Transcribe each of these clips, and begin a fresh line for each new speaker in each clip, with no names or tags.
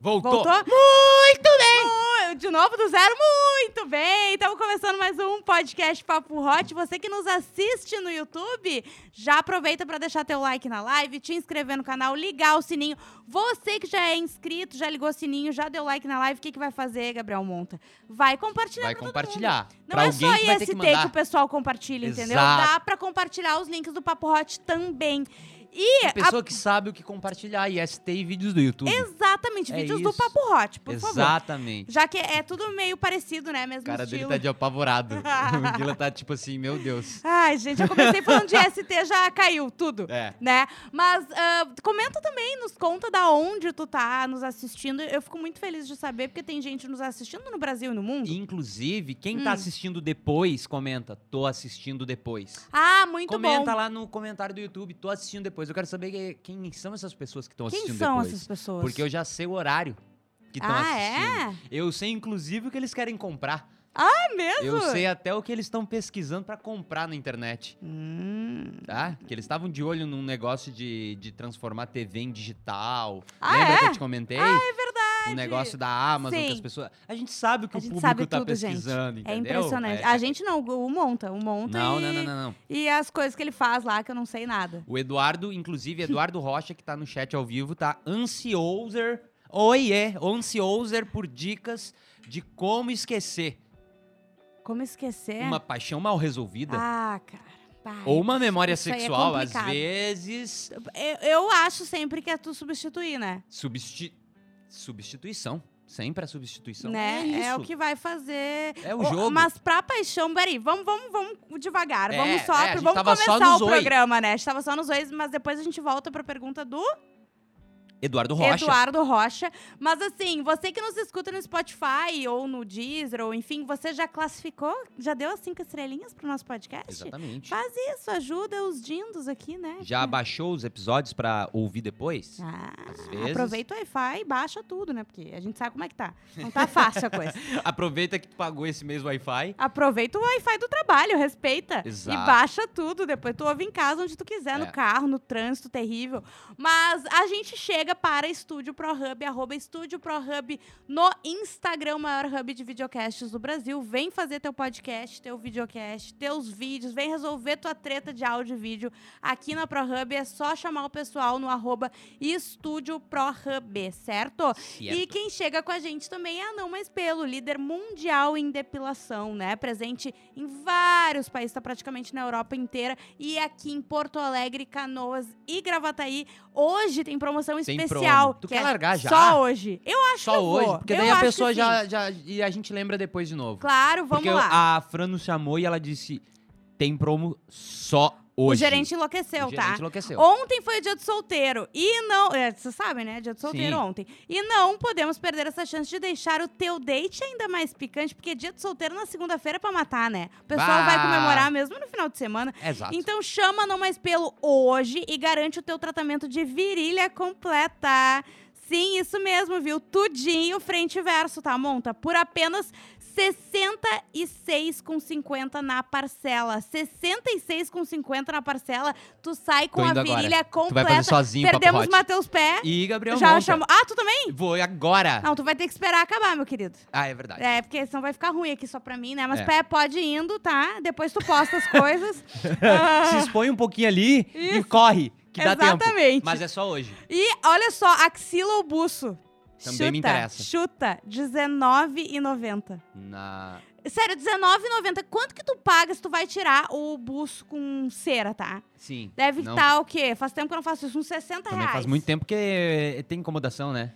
Voltou.
Voltou?
Muito bem!
Mu- De novo do zero, muito bem! Estamos começando mais um podcast Papo Hot. Você que nos assiste no YouTube, já aproveita para deixar teu like na live, te inscrever no canal, ligar o sininho. Você que já é inscrito, já ligou o sininho, já deu like na live, o que, que vai fazer, Gabriel Monta? Vai compartilhar
Vai
pra todo
compartilhar.
mundo. Não
Pra
é
alguém
só
que vai ter
esse
que
T que
mandar.
o pessoal compartilha, entendeu?
Exato.
Dá para compartilhar os links do Papo Hot também. E
Tem pessoa que sabe o que compartilhar. IST e vídeos do YouTube.
exatamente,
É
vídeos do
isso.
Papo Hot, por favor.
Exatamente.
Já que é tudo meio parecido, né? Mesmo
O cara
estilo.
dele tá de apavorado. o Guila tá tipo assim, meu Deus.
Ai, gente, eu comecei falando de ST, já caiu tudo.
É.
Né? Mas ah, comenta também, nos conta da onde tu tá nos assistindo. Eu fico muito feliz de saber, porque tem gente nos assistindo no Brasil e no mundo.
Inclusive, quem
Hum.
tá assistindo depois, comenta. Tô assistindo depois.
Ah, muito
comenta
bom.
lá no comentário do YouTube. Tô assistindo depois. Eu quero saber que- quem são essas pessoas que estão
Quem
assistindo
são
depois.
essas pessoas?
Porque eu já sei o horário que estão
ah,
assistindo.
é?
Eu sei, inclusive, o que eles querem comprar.
É mesmo?
Eu sei até o que eles estão pesquisando pra comprar na internet,
Hum.
tá? Que eles estavam de olho num negócio de, de transformar TV em digital.
Ah,
Lembra que
é?
eu te comentei? Ah, é verdade! Um negócio da Amazon que
Sim.
as pessoas... A gente sabe o que
A
o
gente
público
sabe
tá
tudo, gente.
pesquisando,
É
entendeu?
impressionante. A gente não, o monta, o monta
Não,
e,
não, não, não, não.
e as coisas que ele faz lá, que eu não sei nada.
O Eduardo, inclusive, Eduardo Rocha, que tá no chat ao vivo, tá ansioser, oiê, ansioser por dicas de como esquecer
Como esquecer?
uma paixão mal resolvida.
Ah, cara. Pai.
Ou uma memória
Isso aí é
sexual, às
complicado.
vezes.
Eu, eu acho sempre que é tu substituir, né?
Substi... Substituição. Sempre a substituição.
né?
É, isso.
o que vai fazer.
É o
Ô,
jogo.
Mas pra paixão, peraí, vamos, vamos, vamos devagar.
É,
vamos só,
é, a
pro-
gente
vamos
tava só
começar
nos
o
oi.
programa, né? A gente tava só nos dois, mas depois a gente volta pra pergunta do
Eduardo Rocha.
Eduardo Rocha. Mas assim, você que nos escuta no Spotify ou no Deezer, ou enfim, você já classificou? Já deu as cinco estrelinhas pro nosso podcast?
Exatamente.
Faz isso, ajuda os dindos aqui, né?
Já baixou os episódios pra ouvir depois?
Ah,
Às vezes.
aproveita o Wi-Fi e baixa tudo, né? Porque a gente sabe como é que tá. Não tá fácil a coisa.
Aproveita que tu pagou esse mês Wi-Fi.
Aproveita o Wi-Fi do trabalho, respeita.
Exato.
E baixa tudo. Depois tu ouve em casa onde tu quiser,
É.
no carro, no trânsito terrível. Mas a gente chega para Estúdio Pro Hub, arroba Estúdio Pro Hub no Instagram, o maior hub de videocasts do Brasil. Vem fazer teu podcast, teu videocast, teus vídeos, vem resolver tua treta de áudio e vídeo aqui na Pro Hub. É só chamar o pessoal no arroba Estúdio Pro Hub, certo? E
Certo.
quem chega com a gente também é a Não Mais Pelo, líder mundial em depilação, né? Presente em vários países, tá praticamente na Europa inteira e aqui em Porto Alegre, Canoas e Gravataí. Hoje tem promoção
Tem
especial.
promo. Tu
que
quer
é
largar já?
Só hoje. Eu acho que
Só
eu
hoje,
vou.
porque
Eu
daí a
acho que
pessoa
sim.
já, já. E a gente lembra depois de novo.
Claro, vamos
porque ah,
lá.
a Fran nos chamou e ela disse: tem promo só
O
hoje.
gerente
O
enlouqueceu,
gerente
tá?
enlouqueceu.
Ontem foi o dia do solteiro. E não. é, Vocês sabem, né? Dia do solteiro
Sim.
ontem. E não podemos perder essa chance de deixar o teu date ainda mais picante, porque dia do solteiro na segunda-feira é pra matar, né? O pessoal
Bah!
vai comemorar mesmo no final de semana.
Exato.
Então chama Não Mais Pelo hoje e garante o teu tratamento de virilha completa. Sim, isso mesmo, viu? Tudinho, frente e verso, tá, Monta? Por apenas 66,50 na parcela. 66,50 na parcela, tu sai com
Tô
a
indo agora.
virilha
Tu vai fazer
completa.
sozinho,
Perdemos
papo hot.
Matheus Pé.
E Gabriel
já
Monta.
chamou. Ah, tu também?
Vou agora.
Não, tu vai ter que esperar acabar, meu querido.
Ah, é verdade.
É, porque senão vai ficar ruim aqui só pra mim, né? Mas
É.
pé, pode ir indo, tá? Depois tu posta as coisas. Ah.
Se expõe um pouquinho ali e corre, que dá tempo.
Exatamente.
Mas é só hoje.
E olha só, axila ou buço?
Também me interessa.
Chuta, R$19,90.
Na...
Sério, R$19,90. Quanto que tu paga se tu vai tirar o buço com cera, tá?
Sim.
Deve
não.
estar o quê? Faz tempo que eu não faço isso, uns 60
Também
reais.
faz muito tempo que tem incomodação, né?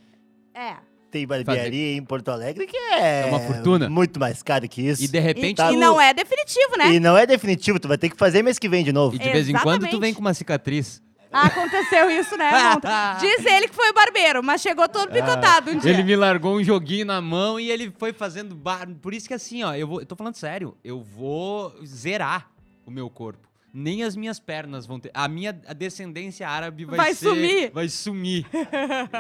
É.
Tem barbearia em Porto Alegre que é,
É uma fortuna.
muito mais caro que isso.
E
E,
de repente,
e,
tá
e
no-
não é definitivo, né?
não é definitivo, tu vai ter que fazer mês que vem de
tu-
novo.
e de vez em quando, tu
Exatamente.
vem com uma cicatriz.
Aconteceu isso, né, Monta? Diz ele que foi barbeiro, mas chegou todo picotado um dia.
Ele me largou um joguinho na mão e ele foi fazendo bar. Por isso que assim, ó, eu, vou, eu tô falando sério, eu vou zerar o meu corpo. Nem as minhas pernas vão ter. A minha a descendência árabe vai,
Vai
ser-
sumir.
Vai sumir.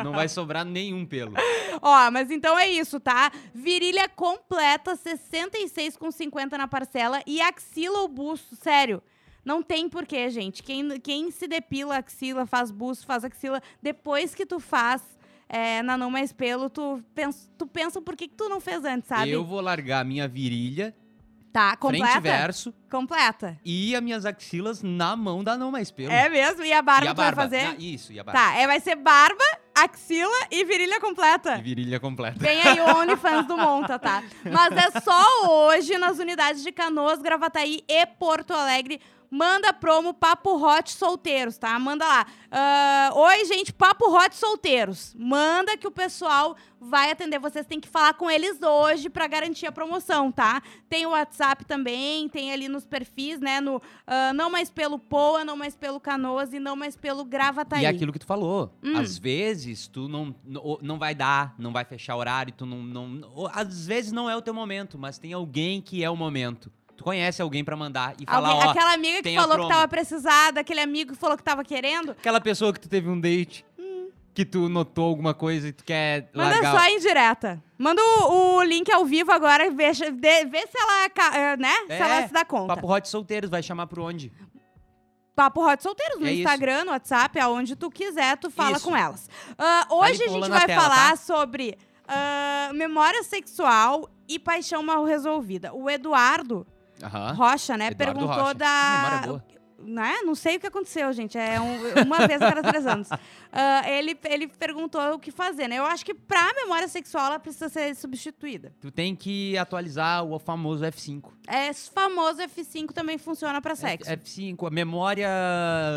Não vai sobrar nenhum pelo.
Ó, mas então é isso, tá? Virilha completa, 66,50 na parcela e axila ou busto, sério. Não tem porquê, gente. Quem, quem se depila axila, faz busto, faz axila, depois que tu faz é, na Não Mais Pelo, tu pensa, tu pensa por que, que tu não fez antes, sabe?
Eu vou largar minha virilha,
Tá,
frente e
completa?
verso,
Completa.
e as minhas axilas na mão da não mais pelo.
É mesmo? E a barba
e a
tu vai
barba.
fazer?
Na- isso, e a barba.
Tá, é, vai ser barba, axila e virilha completa.
E virilha completa.
Vem aí o OnlyFans do Monta, tá? Mas é só hoje nas unidades de Canoas, Gravataí e Porto Alegre. Manda promo Papo Hot Solteiros, tá? Manda lá. Ah, Oi, gente, Papo Hot Solteiros. Manda que o pessoal vai atender. Vocês têm que falar com eles hoje pra garantir a promoção, tá? Tem o WhatsApp também, tem ali nos perfis, né? No ah, Não Mais Pelo Poa, Não Mais Pelo Canoas e Não Mais Pelo Gravataí.
E é aquilo que tu falou.
Tá Hum.
Às vezes tu não, não, não vai dar, não vai fechar horário, tu não, não. ou Às vezes não é o teu momento, mas tem alguém que é o momento. Tu conhece alguém pra mandar e falar,
Alguém-
ó,
aquela amiga que
tem a
falou que
promo.
tava precisada, aquele amigo que falou que tava querendo.
aquela pessoa que tu teve um date, que tu notou alguma coisa e tu quer
Manda
largar.
só a indireta. Manda o, o link ao vivo agora e veja- de- vê, se ela, ca- eh, né? se
É,
ela se dá conta. Papo,
Papo Hot Solteiros, vai chamar pro onde?
Hot Solteiros no
É isso.
Instagram, no WhatsApp, aonde tu quiser, tu fala
Isso.
com elas. Ah, hoje a
rolando
gente
na
vai
tela,
falar
tá?
sobre ah, memória sexual e paixão mal resolvida. O Eduardo
Aham.
Rocha, né,
Eduardo
perguntou
Rocha. Que memória
da
boa.
né? Não sei o que aconteceu, gente. É um- uma vez a cada três anos. Ah, ele, ele perguntou o que fazer, né? Eu acho que pra memória sexual ela precisa ser substituída.
Tu tem que atualizar o famoso F5.
É esse famoso F5 também funciona
É,
pra sexo.
F5, a memória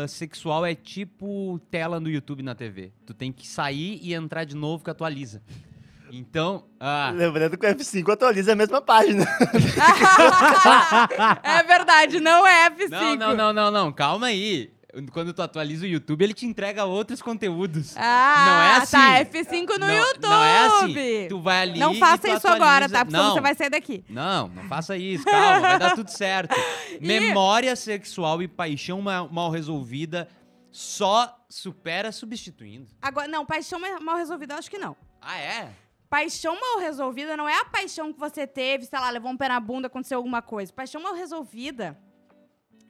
sexual é tipo tela no YouTube na TV. Tu tem que sair e entrar de novo que atualiza. Então, ah,
Lembrando que o F5 atualiza a mesma página.
é verdade, não é F5.
não, não, não, não, não, calma aí. Quando tu atualiza o YouTube, ele te entrega outros conteúdos.
Ah,
Não é assim.
Tá, F5 no
não,
YouTube.
Não é assim. Tu vai ali
Não
e
faça
tu
isso
atualiza.
agora, tá? Porque senão
não,
você vai sair daqui.
Não, não faça isso, calma, vai dar tudo certo. Memória sexual e paixão ma- mal resolvida só supera substituindo.
Agora, não, paixão é mal resolvida, eu acho que não.
Ah, é?
Paixão mal resolvida não é a paixão que você teve, sei lá, levou um pé na bunda, aconteceu alguma coisa. Paixão mal resolvida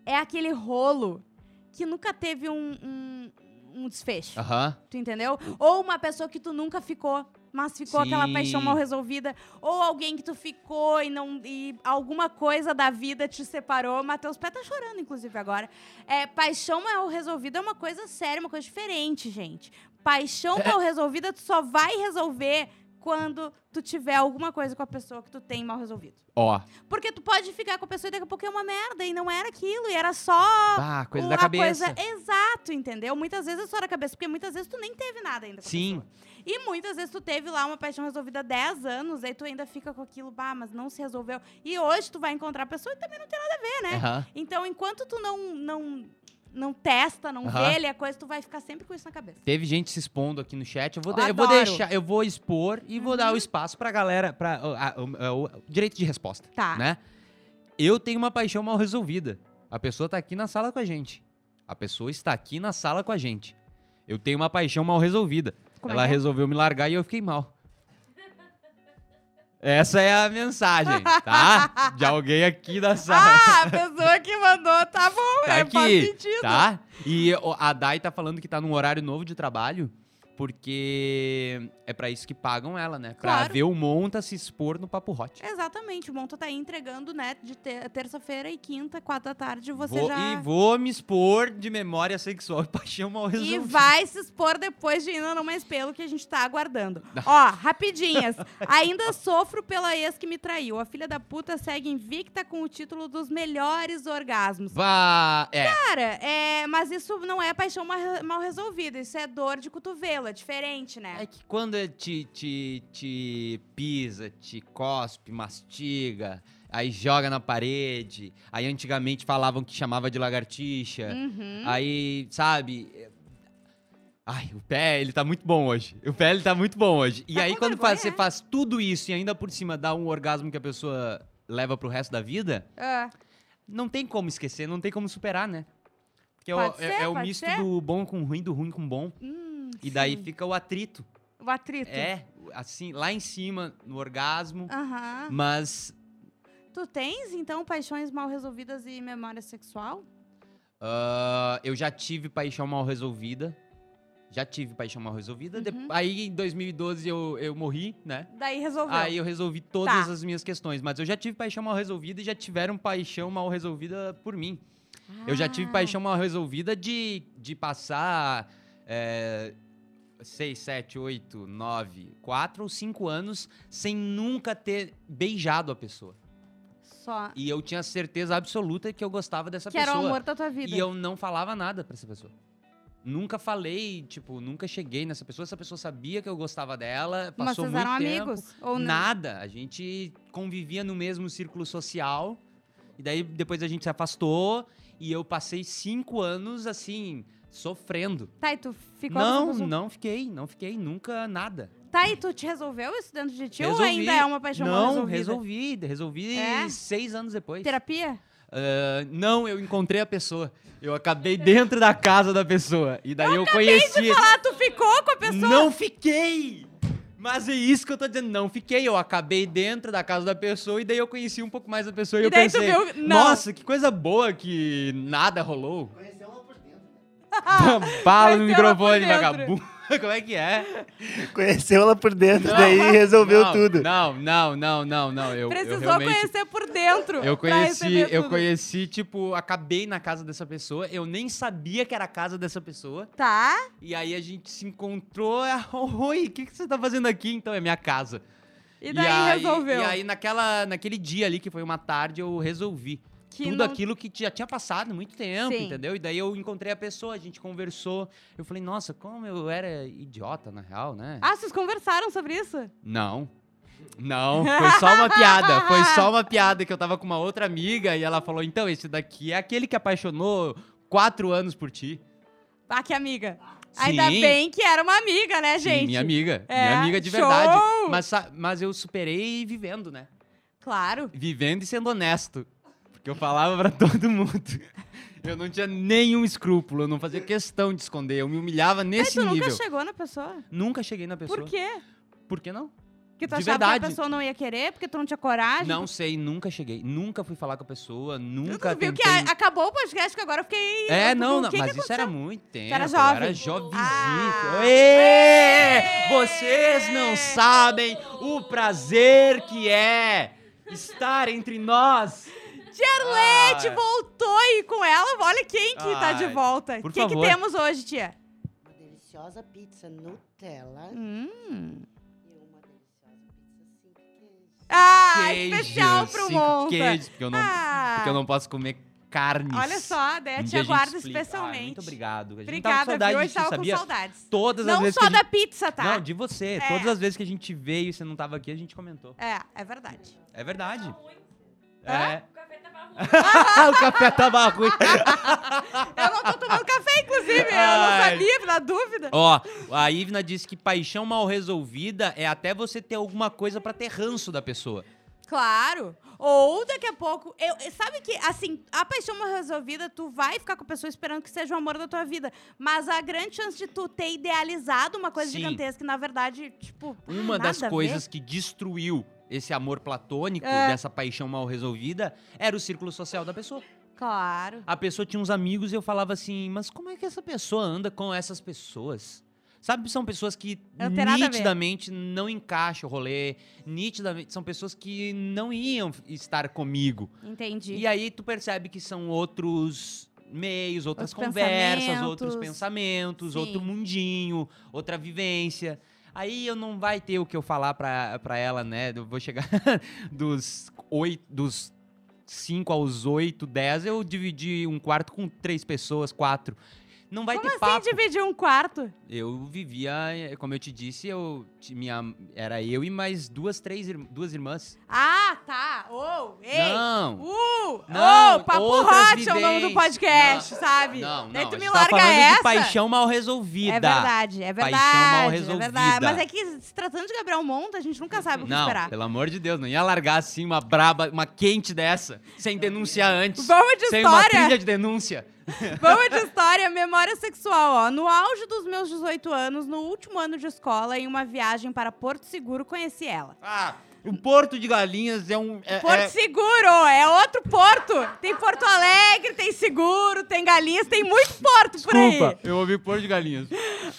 é aquele rolo que nunca teve um, um- um desfecho,
Aham.
tu entendeu? Ou uma pessoa que tu nunca ficou, mas ficou aquela
Sim.
paixão mal resolvida. Ou alguém que tu ficou e não e alguma coisa da vida te separou. Matheus Pé tá chorando, inclusive, agora. É, paixão mal resolvida é uma coisa séria, uma coisa diferente, gente. Paixão mal resolvida, tu só vai resolver quando tu tiver alguma coisa com a pessoa que tu tem mal resolvido.
Ó.
Porque tu pode ficar com a pessoa e daqui a pouco é uma merda, e não era aquilo, e era só
Ah, coisa
uma
da cabeça.
coisa- é Exato, entendeu? Muitas vezes é só da cabeça, porque muitas vezes tu nem teve nada ainda com a
Sim.
pessoa. E muitas vezes tu teve lá uma paixão resolvida há 10 anos, aí tu ainda fica com aquilo, bah, mas não se resolveu. E hoje tu vai encontrar a pessoa e também não tem nada a ver, né?
Aham.
Então, enquanto tu não, não, não testa, não
Aham.
vê ele a coisa, tu vai ficar sempre com isso na cabeça.
Teve gente se expondo aqui no chat. Eu vou,
Eu
de- eu vou
adoro. Uhum.
deixar, eu vou expor e vou dar o espaço pra galera, pra, a- a- a- o direito de resposta.
Tá.
Né? Eu tenho uma paixão mal resolvida. A pessoa tá aqui na sala com a gente. A pessoa está aqui na sala com a gente. Eu tenho uma paixão mal resolvida.
Como é
Ela
que é?
resolveu me largar e eu fiquei mal. Essa é a mensagem, tá? De alguém aqui da sala.
Ah, a pessoa que mandou, tá bom,
tá
é, faz
aqui,
sentido.
tá? E ó, a Dai tá falando que tá num horário novo de trabalho, porque é pra isso que pagam ela, né? Pra
Claro.
ver o Monta se expor no Papo Hot.
Exatamente, o Monta tá aí entregando, né, de ter- terça-feira e quinta, quatro da tarde, você
Vou-
já...
E vou me expor de memória sexual e paixão mal
E
resolvida.
vai se expor depois de ainda não mais pelo que a gente tá aguardando. Ó, rapidinhas. Ainda sofro pela ex que me traiu. A filha da puta segue invicta com o título dos melhores orgasmos.
Vá... É,
Cara, é, mas isso não é paixão mal, mal resolvida. Isso é dor de cotovelo. É diferente,
é
né?
que quando é te, te, te pisa, te cospe, mastiga... Aí joga na parede. Aí antigamente falavam que chamava de lagartixa.
Uhum.
Aí, sabe. Ai, o pé, ele tá muito bom hoje. O pé, ele tá muito bom hoje. E
Tá
aí,
com
quando
vergonha,
faz- você
é.
faz tudo isso e ainda por cima dá um orgasmo que a pessoa leva pro resto da vida,
Ah,
não tem como esquecer, não tem como superar, né? Porque é o-
Pode
é,
ser,
é o
pode
misto
ser.
do bom com ruim, do ruim com bom.
hum,
E daí
sim.
fica o atrito.
O atrito.
É, assim, lá em cima, no orgasmo.
Aham.
Mas
Tu tens, então, paixões mal resolvidas e memória sexual?
ah, eu já tive paixão mal resolvida. já tive paixão mal resolvida.
Uhum.
de- Aí em 2012 eu, eu morri, né?
Daí resolveu.
Aí eu resolvi todas
Tá.
as minhas questões. Mas eu já tive paixão mal resolvida e já tiveram paixão mal resolvida por mim. Eu já tive
Ah.
paixão mal resolvida de, de passar é, 6, 7, 8, 9, 4 ou 5 anos sem nunca ter beijado a pessoa.
Só.
E eu tinha certeza absoluta que eu gostava dessa
que era
pessoa.
o amor da tua vida.
E eu não falava nada pra essa pessoa. Nunca falei, tipo, nunca cheguei nessa pessoa. Essa pessoa sabia que eu gostava dela.
Mas
Passou
vocês
muito
eram
tempo.
amigos? Ou não?
Nada. A gente convivia no mesmo círculo social. E daí depois a gente se afastou. E eu passei cinco anos assim, sofrendo.
Tá, e tu ficou nessa
não,
pessoa?
não fiquei, não fiquei nunca nada.
Tá, e tu te resolveu isso dentro de ti? Ou
Resolvi.
ainda é uma paixão mal
Não,
resolvida?
resolvi, resolvi
É?
seis anos depois.
Terapia?
Ah, não, eu encontrei a pessoa. Eu acabei dentro da casa da pessoa. E daí eu, conheci.
Ah, tu ficou com a pessoa?
Não fiquei! Mas é isso que eu tô dizendo, não fiquei. Eu acabei dentro da casa da pessoa e daí eu conheci um pouco mais da pessoa e,
E
eu
daí tu
pensei,
viu- não.
nossa, que coisa boa que nada rolou. um
Conheceu ela por dentro, né?
Bala no
conheceu ela por
microfone,
dentro.
vagabundo. Como é que é?
Conheceu ela por dentro,
Não,
daí resolveu
não,
tudo.
Não, não, não, não, não. Eu, eu
Precisou
realmente-
conhecer por dentro.
Eu
pra
conheci,
receber
eu
tudo.
conheci, tipo, acabei na casa dessa pessoa, eu nem sabia que era a casa dessa pessoa.
Tá,
E aí a gente se encontrou. ah, Oi, o que, que você tá fazendo aqui? Então, é minha casa.
e daí
aí-
resolveu.
E aí, naquela, naquele dia ali, que foi uma tarde, eu resolvi.
que
tudo
não-
aquilo que já tinha passado muito tempo,
Sim.
entendeu? E daí eu encontrei a pessoa, a gente conversou. Eu falei, nossa, como eu era idiota, na real, né?
Ah, vocês conversaram sobre isso?
Não. Não, foi só uma piada. Foi só uma piada que eu tava com uma outra amiga e ela falou: então, esse daqui é aquele que apaixonou quatro anos por ti.
Ah, que amiga.
Sim.
Ainda bem que era uma amiga, né,
Sim,
gente?
minha amiga.
É,
minha amiga de
show!
verdade. Mas, sa- mas eu superei vivendo, né?
Claro.
Vivendo e sendo honesto. Porque eu falava pra todo mundo. Eu não tinha nenhum escrúpulo, eu não fazia questão de esconder. Eu me humilhava
Mas
nesse
tu
nível.
nunca chegou na pessoa.
Nunca cheguei na pessoa.
Por quê?
Por que não?
Porque tu
De
achava que a
verdade.
pessoa não ia querer, porque tu não tinha coragem.
Não sei, nunca cheguei. Nunca fui falar com a pessoa, nunca
Tu viu que
tentei-
a- acabou o podcast, que agora eu fiquei...
É,
eu-
não,
o
não,
que
mas
que
isso era muito tempo.
era
eu
jovem.
Era jovenzinho.
Ah. É.
Ê! Vocês não sabem o prazer que é estar entre nós.
Gerlete
Ah.
voltou e com ela, olha quem que tá de
Ai,
volta. O
por
que, que
favor.
temos hoje, tia?
Uma deliciosa pizza Nutella
Hum.
e uma deliciosa pizza sem queijo.
Ah,
Queijo,
especial pro
cinco
Monta.
queijos, porque eu não,
Ah.
porque eu não posso comer carnes.
Olha só, a Dea
Um
te
dia a gente
aguarda
explica. Ah,
especialmente.
muito obrigado. A gente tava com
Obrigada,
saudade
viu?
de
Hoje
ti,
tava com
sabia?
saudades.
Todas as
Não
vezes
só
que a
da
gente...
pizza, tá?
Não, de você.
É.
Todas as vezes que a gente veio e você não tava aqui, a gente comentou.
É, é verdade.
É verdade.
Hã?
É. O café tava ruim.
Eu não tô tomando café, inclusive. Eu não
Ai.
sabia, na dúvida.
Ó, a Ivna disse que paixão mal resolvida é até você ter alguma coisa pra ter ranço da pessoa.
Claro. Ou daqui a pouco. Eu, eu- sabe que, assim, a paixão mal resolvida, tu vai ficar com a pessoa esperando que seja o amor da tua vida. Mas a grande chance de tu ter idealizado uma coisa
Sim.
gigantesca, e na verdade, tipo. ah,
Uma das
nada a ver.
coisas que destruiu esse amor platônico,
É.
dessa paixão mal resolvida, era o círculo social da pessoa.
Claro.
A pessoa tinha uns amigos e eu falava assim, mas como é que essa pessoa anda com essas pessoas? Sabe, são pessoas que
Não tem nada a ver.
nitidamente não encaixam o rolê, nitidamente são pessoas que não iam estar comigo.
Entendi.
E é aí tu percebe que são outros meios, outras
Outros
conversas,
pensamentos.
outros pensamentos, outro
Sim.
mundinho, outra vivência. Aí eu não vai ter o que eu falar pra, pra ela, né? Eu vou chegar dos oito, dos 5 aos 8, 10, eu dividi um quarto com três pessoas, quatro. Não vai
Como
ter
assim
um papo.
dividir um quarto?
Eu vivia, eh, como eu te disse, eu ti- minha era eu e mais duas, três ir- duas irmãs.
Ah, tá. Ou, ei.
Não.
Uh,
Não,
oh, papo hot
outras
é o nome do
vivências.
podcast, sabe?
Não, não.
Daí tu
a
me
gente
larga
tá falando
essa.
de paixão mal resolvida.
É verdade, é verdade.
Paixão mal
É verdade.
resolvida.
Mas é que se tratando de Gabriel Monta, a gente nunca sabe o que
Não, é
esperar.
pelo amor de Deus, não ia largar assim uma braba, uma quente dessa, sem denunciar antes.
Vamos de
sem uma
história.
trilha de denúncia.
Vamos de história, memória sexual, ó. No auge dos meus 18 anos, no último ano de escola, em uma viagem para Porto Seguro, conheci ela.
Ah, o Porto de Galinhas é um. é-
Porto
é-
Seguro é outro porto. Tem Porto Alegre, tem Seguro, tem Galinhas, tem muito porto por aí.
Desculpa, eu ouvi Porto de Galinhas.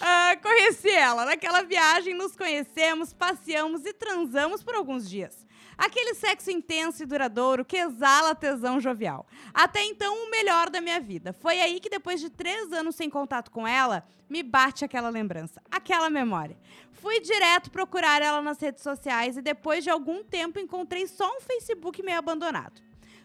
Ah, conheci ela. Naquela viagem, nos conhecemos, passeamos e transamos por alguns dias. Aquele sexo intenso e duradouro que exala tesão jovial. Até então, o melhor da minha vida. Foi aí que, depois de três anos sem contato com ela, me bate aquela lembrança, aquela memória. Fui direto procurar ela nas redes sociais e, depois de algum tempo, encontrei só um Facebook meio abandonado.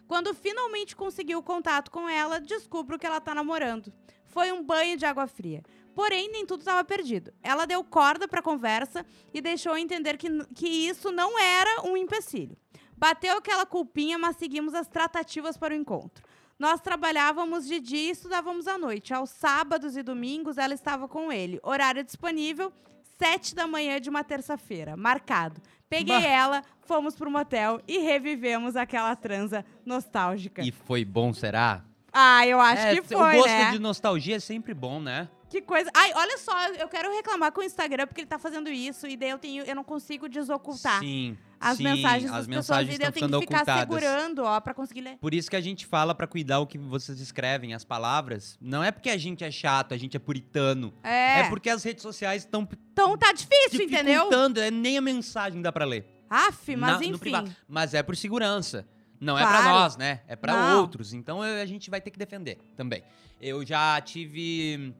Quando finalmente consegui o contato com ela, descubro que ela tá namorando. Foi um banho de água fria. Porém, nem tudo estava perdido. Ela deu corda para a conversa e deixou eu entender que, n- que isso não era um empecilho. Bateu aquela culpinha, mas seguimos as tratativas para o encontro. Nós trabalhávamos de dia e estudávamos à noite. Aos sábados e domingos, ela estava com ele. Horário disponível, sete da manhã de uma terça-feira. Marcado. Peguei
Bah.
ela, fomos pro motel e revivemos aquela transa nostálgica.
E foi bom, será?
Ah, eu acho
É,
que
O
foi,
gosto
né?
de nostalgia é sempre bom, né?
Que coisa. Ai, olha só, eu quero reclamar com o Instagram porque ele tá fazendo isso e daí eu tenho, eu não consigo desocultar
Sim.
as
sim,
mensagens
as
das
mensagens
pessoas e
estão
daí eu tenho
ficando
que ficar
ocultadas.
segurando, ó, pra conseguir ler.
Por isso que a gente fala pra cuidar o que vocês escrevem, as palavras. Não é porque a gente é chato, a gente é puritano.
É.
É, porque as redes sociais estão
Então tá difícil, entendeu?
dificultando, é, nem a mensagem dá pra ler.
Aff,
Na-
mas
no
enfim.
privado. Mas é por segurança. Não é
Claro.
pra nós, né? É pra
Não.
outros. Então eu- a gente vai ter que defender também. Eu já tive.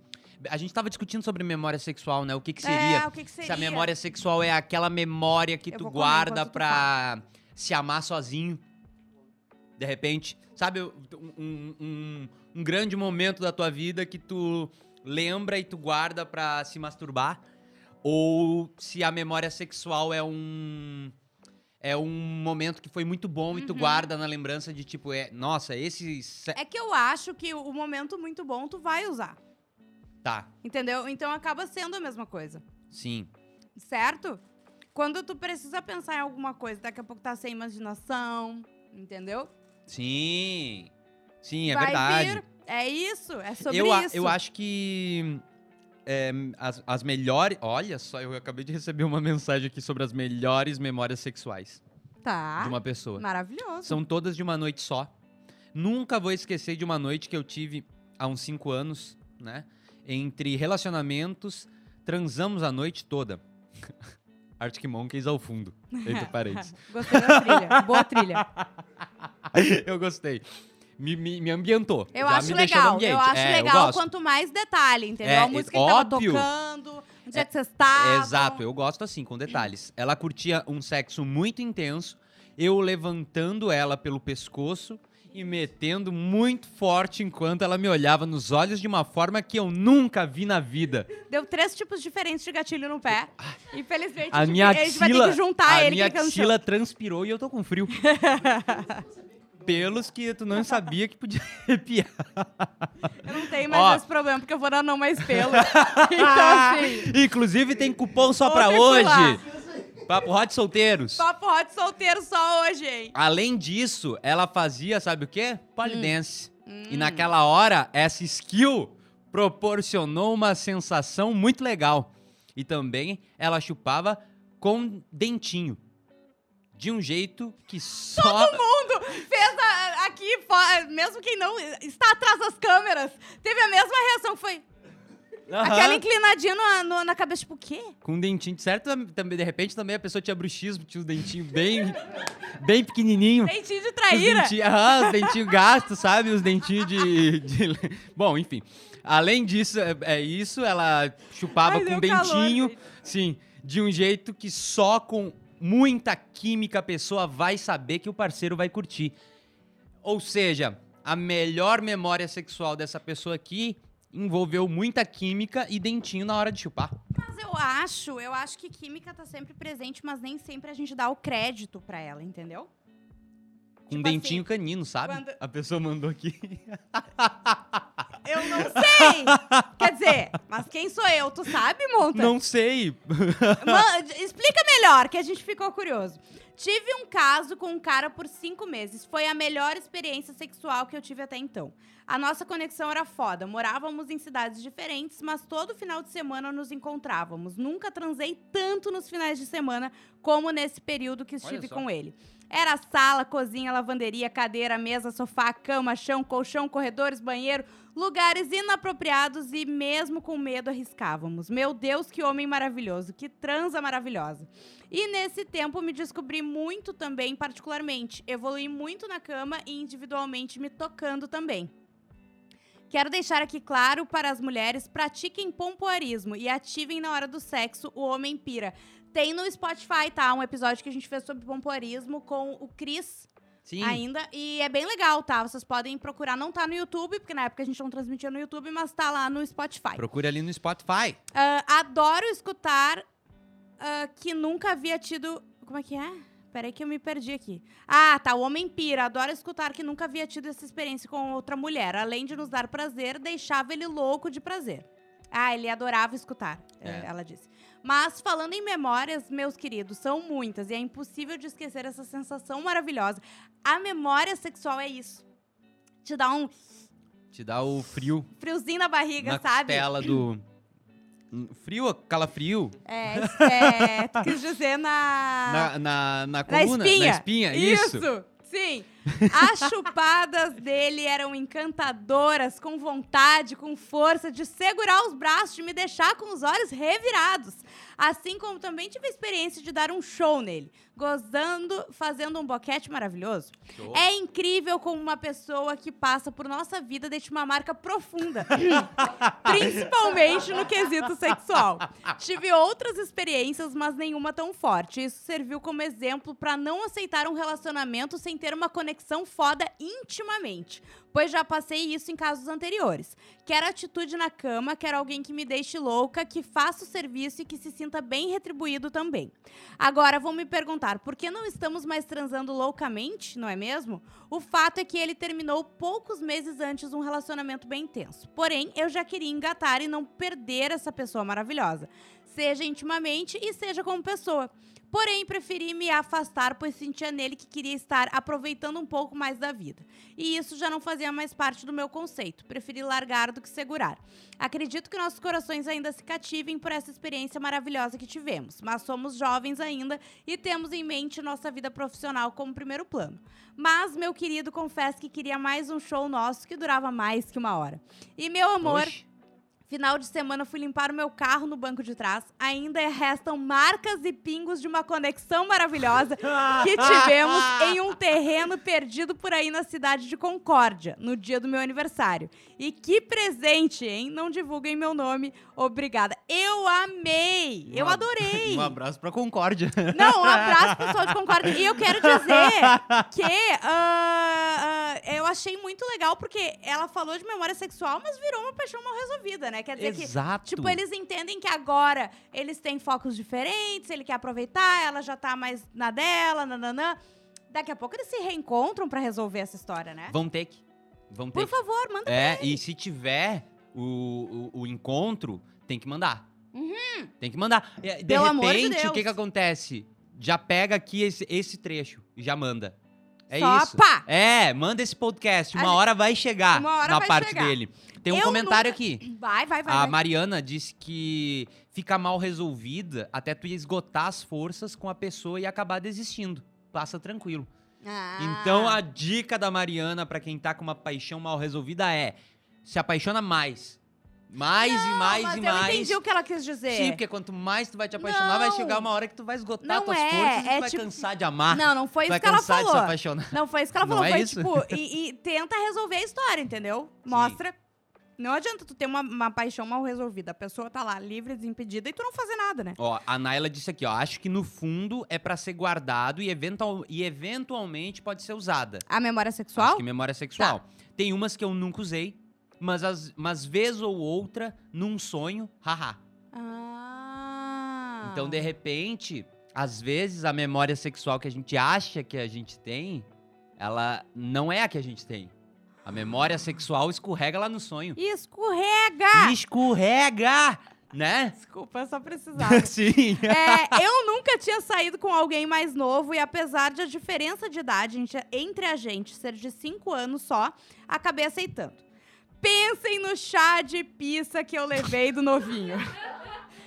A gente tava discutindo sobre memória sexual, né? O que, que
É,
seria.
o que, que seria?
Se a memória sexual é aquela memória que
Eu
tu
vou comer
guarda
enquanto tu
pra se amar sozinho. De repente, sabe, um, um- um- um grande momento da tua vida que tu lembra e tu guarda pra se masturbar. Ou se a memória sexual é um. É um momento que foi muito bom e tu
Uhum.
guarda na lembrança de tipo, é, nossa, esse. se-
É que eu acho que o momento muito bom tu vai usar,
Tá,
entendeu? Então acaba sendo a mesma coisa,
sim.
certo? Quando tu precisa pensar em alguma coisa, daqui a pouco tá sem imaginação, entendeu?
Sim. Sim, é
vai
verdade.
vir. É isso, é sobre
eu, a-
isso.
Eu acho que é, as, as melhores. Olha só, eu acabei de receber uma mensagem aqui sobre as melhores memórias sexuais
Tá.
de uma pessoa.
Maravilhoso.
São todas de uma noite só. Nunca vou esquecer de uma noite que eu tive há uns cinco anos, né? Entre relacionamentos, transamos a noite toda. Arctic Monkeys ao fundo. Entre parênteses.
Gostei da trilha. Boa trilha.
eu gostei. Me, me, me ambientou.
Eu
Já
acho
me deixou no
legal.
ambiente.
Eu acho
É,
legal
gosto.
quanto mais detalhe, entendeu?
É,
a música
é
que tava
óbvio.
tocando, onde é, que você está.
Exato, eu gosto assim, com detalhes. Ela curtia um sexo muito intenso, eu levantando ela pelo pescoço e metendo muito forte enquanto ela me olhava nos olhos de uma forma que eu nunca vi na vida.
Deu três tipos diferentes de gatilho no pé. Infelizmente,
Ah. A minha
gente, a gente vai ter
axila,
que juntar
a
ele
minha
que ele cansou.
axila transpirou e eu tô com frio. Pelos que tu não sabia que podia arrepiar.
Eu não tenho mais
Ó.
esse problema, porque eu vou dar não mais pelo. então, assim,
Inclusive tem cupom só pra
Outra fui lá.
hoje. Papo Hot Solteiros.
papo hot solteiro só hoje, hein?
Além disso, ela fazia, sabe o quê? Polidense. E
Hum.
naquela hora, essa skill proporcionou uma sensação muito legal. E também ela chupava com dentinho. De um jeito que só.
fez a- aqui, fo- mesmo quem não está atrás das câmeras, teve a mesma reação que foi
Aham.
aquela inclinadinha na, no- na cabeça, tipo, o quê?
Com dentinho, certo? Também, de repente também a pessoa tinha bruxismo, tinha o dentinho bem, bem pequenininho.
Dentinho de
Os
traíra.
dentinhos, aham, os dentinhos gastos, sabe? Os dentinhos de, de- Bom, enfim. Além disso, é, é isso, ela chupava
Ai,
com
deu calor,
dentinho.
gente.
sim, de um jeito que só com muita química a pessoa vai saber que o parceiro vai curtir. Ou seja, a melhor memória sexual dessa pessoa aqui envolveu muita química e dentinho na hora de chupar.
Mas eu acho, eu acho que química tá sempre presente, mas nem sempre a gente dá o crédito pra ela, entendeu?
Com
Tipo
dentinho canino, sabe?
quando-
A pessoa mandou aqui.
assim, Eu não sei! Quer dizer, mas quem sou eu? Tu sabe, Monta?
Não sei.
Ma- explica melhor, que a gente ficou curioso. Tive um caso com um cara por cinco meses. Foi a melhor experiência sexual que eu tive até então. A nossa conexão era foda. Morávamos em cidades diferentes, mas todo final de semana nos encontrávamos. Nunca transei tanto nos finais de semana como nesse período que estive
só.
com ele. Era sala, cozinha, lavanderia, cadeira, mesa, sofá, cama, chão, colchão, corredores, banheiro, lugares inapropriados e mesmo com medo arriscávamos. Meu Deus, que homem maravilhoso, que transa maravilhosa. E nesse tempo me descobri muito também, particularmente. Evoluí muito na cama e individualmente me tocando também. Quero deixar aqui claro para as mulheres: pratiquem pompoarismo e ativem na hora do sexo o homem pira. Tem no Spotify, tá? Um episódio que a gente fez sobre pompoarismo com o Cris
Sim.
ainda. E é bem legal, tá? Vocês podem procurar. Não tá no YouTube, porque na época a gente não transmitia no YouTube, mas tá lá no Spotify.
Procure ali no Spotify.
Ah, adoro escutar ah, que nunca havia tido. Como é que é? Peraí que eu me perdi aqui. Ah, tá. O Homem Pira. Adoro escutar que nunca havia tido essa experiência com outra mulher. Além de nos dar prazer, deixava ele louco de prazer. Ah, ele adorava escutar,
É.
eh, ela disse. Mas falando em memórias, meus queridos, são muitas e é impossível de esquecer essa sensação maravilhosa. A memória sexual é isso. Te dá um
Te dá o frio
friozinho na barriga,
na
sabe?
costela do... Frio, calafrio.
É, isso é, tu quis dizer na...
na, na, na
Ah. Na
coluna,
espinha.
na espinha, isso.
Sim. As chupadas dele eram encantadoras, com vontade, com força de segurar os braços, de me deixar com os olhos revirados. Assim como também tive a experiência de dar um show nele, gozando, fazendo um boquete maravilhoso.
Show.
É incrível como uma pessoa que passa por nossa vida deixa uma marca profunda, principalmente no quesito sexual. Tive outras experiências, mas nenhuma tão forte. Isso serviu como exemplo para não aceitar um relacionamento sem ter uma conexão foda intimamente, pois já passei isso em casos anteriores. Quero atitude na cama, quero alguém que me deixe louca, que faça o serviço e que se sinta bem retribuído também. Agora vão me perguntar, por que não estamos mais transando loucamente, não é mesmo? O fato é que ele terminou poucos meses antes um relacionamento bem intenso. Porém, eu já queria engatar e não perder essa pessoa maravilhosa, seja intimamente e seja como pessoa. Porém, preferi me afastar, pois sentia nele que queria estar aproveitando um pouco mais da vida. E isso já não fazia mais parte do meu conceito. Preferi largar do que segurar. Acredito que nossos corações ainda se cativem por essa experiência maravilhosa que tivemos, mas somos jovens ainda e temos em mente nossa vida profissional como primeiro plano. Mas, meu querido, confesso que queria mais um show nosso que durava mais que uma hora. E, meu amor,
Oxe.
Final de semana fui limpar o meu carro no banco de trás. Ainda restam marcas e pingos de uma conexão maravilhosa que tivemos em um terreno perdido por aí na cidade de Concórdia, no dia do meu aniversário. E que presente, hein? Não divulguem meu nome. Obrigada. Eu amei! Eu
Um ab-
adorei!
Um abraço pra Concórdia.
Não, um abraço, pessoal de Concórdia. E eu quero dizer que ah, ah, eu achei muito legal, porque ela falou de memória sexual, mas virou uma paixão mal resolvida, né? Quer dizer que
Exato.
Tipo, eles entendem que agora eles têm focos diferentes, ele quer aproveitar, ela já tá mais na dela, nananã. Daqui a pouco eles se reencontram pra resolver essa história, né?
Vão ter que. Vão ter
Por
que.
favor, manda.
É, e se tiver o, o, o encontro, tem que mandar. Tem que mandar. E, De
Uhum. Pelo amor de
repente, o que,
Deus.
que acontece? Já pega aqui esse, esse trecho e já manda. É
um Só
isso.
pá!
É, manda esse podcast.
A
Uma
gente-
hora vai chegar
Uma hora
na
vai
parte
chegar.
dele. Tem um
Eu
comentário
nunca-
aqui.
Vai, vai, vai.
A
vai.
Mariana disse que fica mal resolvida até tu esgotar as forças com a pessoa e acabar desistindo. Passa tranquilo.
Ah.
Então a dica da Mariana pra quem tá com uma paixão mal resolvida é: se apaixona mais. Mais e mais
mas
e
eu
mais.
entendi o que ela quis dizer.
Sim, porque quanto mais tu vai te apaixonar, vai
Não.
chegar uma hora que tu vai esgotar
Não
tuas
é,
forças e
é
tu vai
tipo-
cansar de amar.
Não, não foi
tu vai
isso que ela
cansar de se
falou.
apaixonar.
Não foi isso que ela
Não
falou.
é
foi
isso?
tipo, e, e tenta resolver a história, entendeu? Mostra. Não adianta tu ter uma, uma paixão mal resolvida. A pessoa tá lá livre, desimpedida e tu não fazer nada, né?
Ó, a Naila disse aqui, ó, acho que no fundo é pra ser guardado e, eventual, e eventualmente pode ser usada.
A memória sexual? Tá.
Acho que memória sexual. Tem umas que eu nunca usei, mas, as, mas vez ou outra, num sonho, haha.
Ah.
Então, de repente, às vezes a memória sexual que a gente acha que a gente tem, ela não é a que a gente tem. A memória sexual escorrega lá no sonho.
Escorrega!
Escorrega! Né?
Desculpa, eu só precisava.
Sim.
É, eu nunca tinha saído com alguém mais novo e apesar de a diferença de idade ente- entre a gente ser de 5 anos só, acabei aceitando. Pensem no chá de pizza que eu levei do novinho.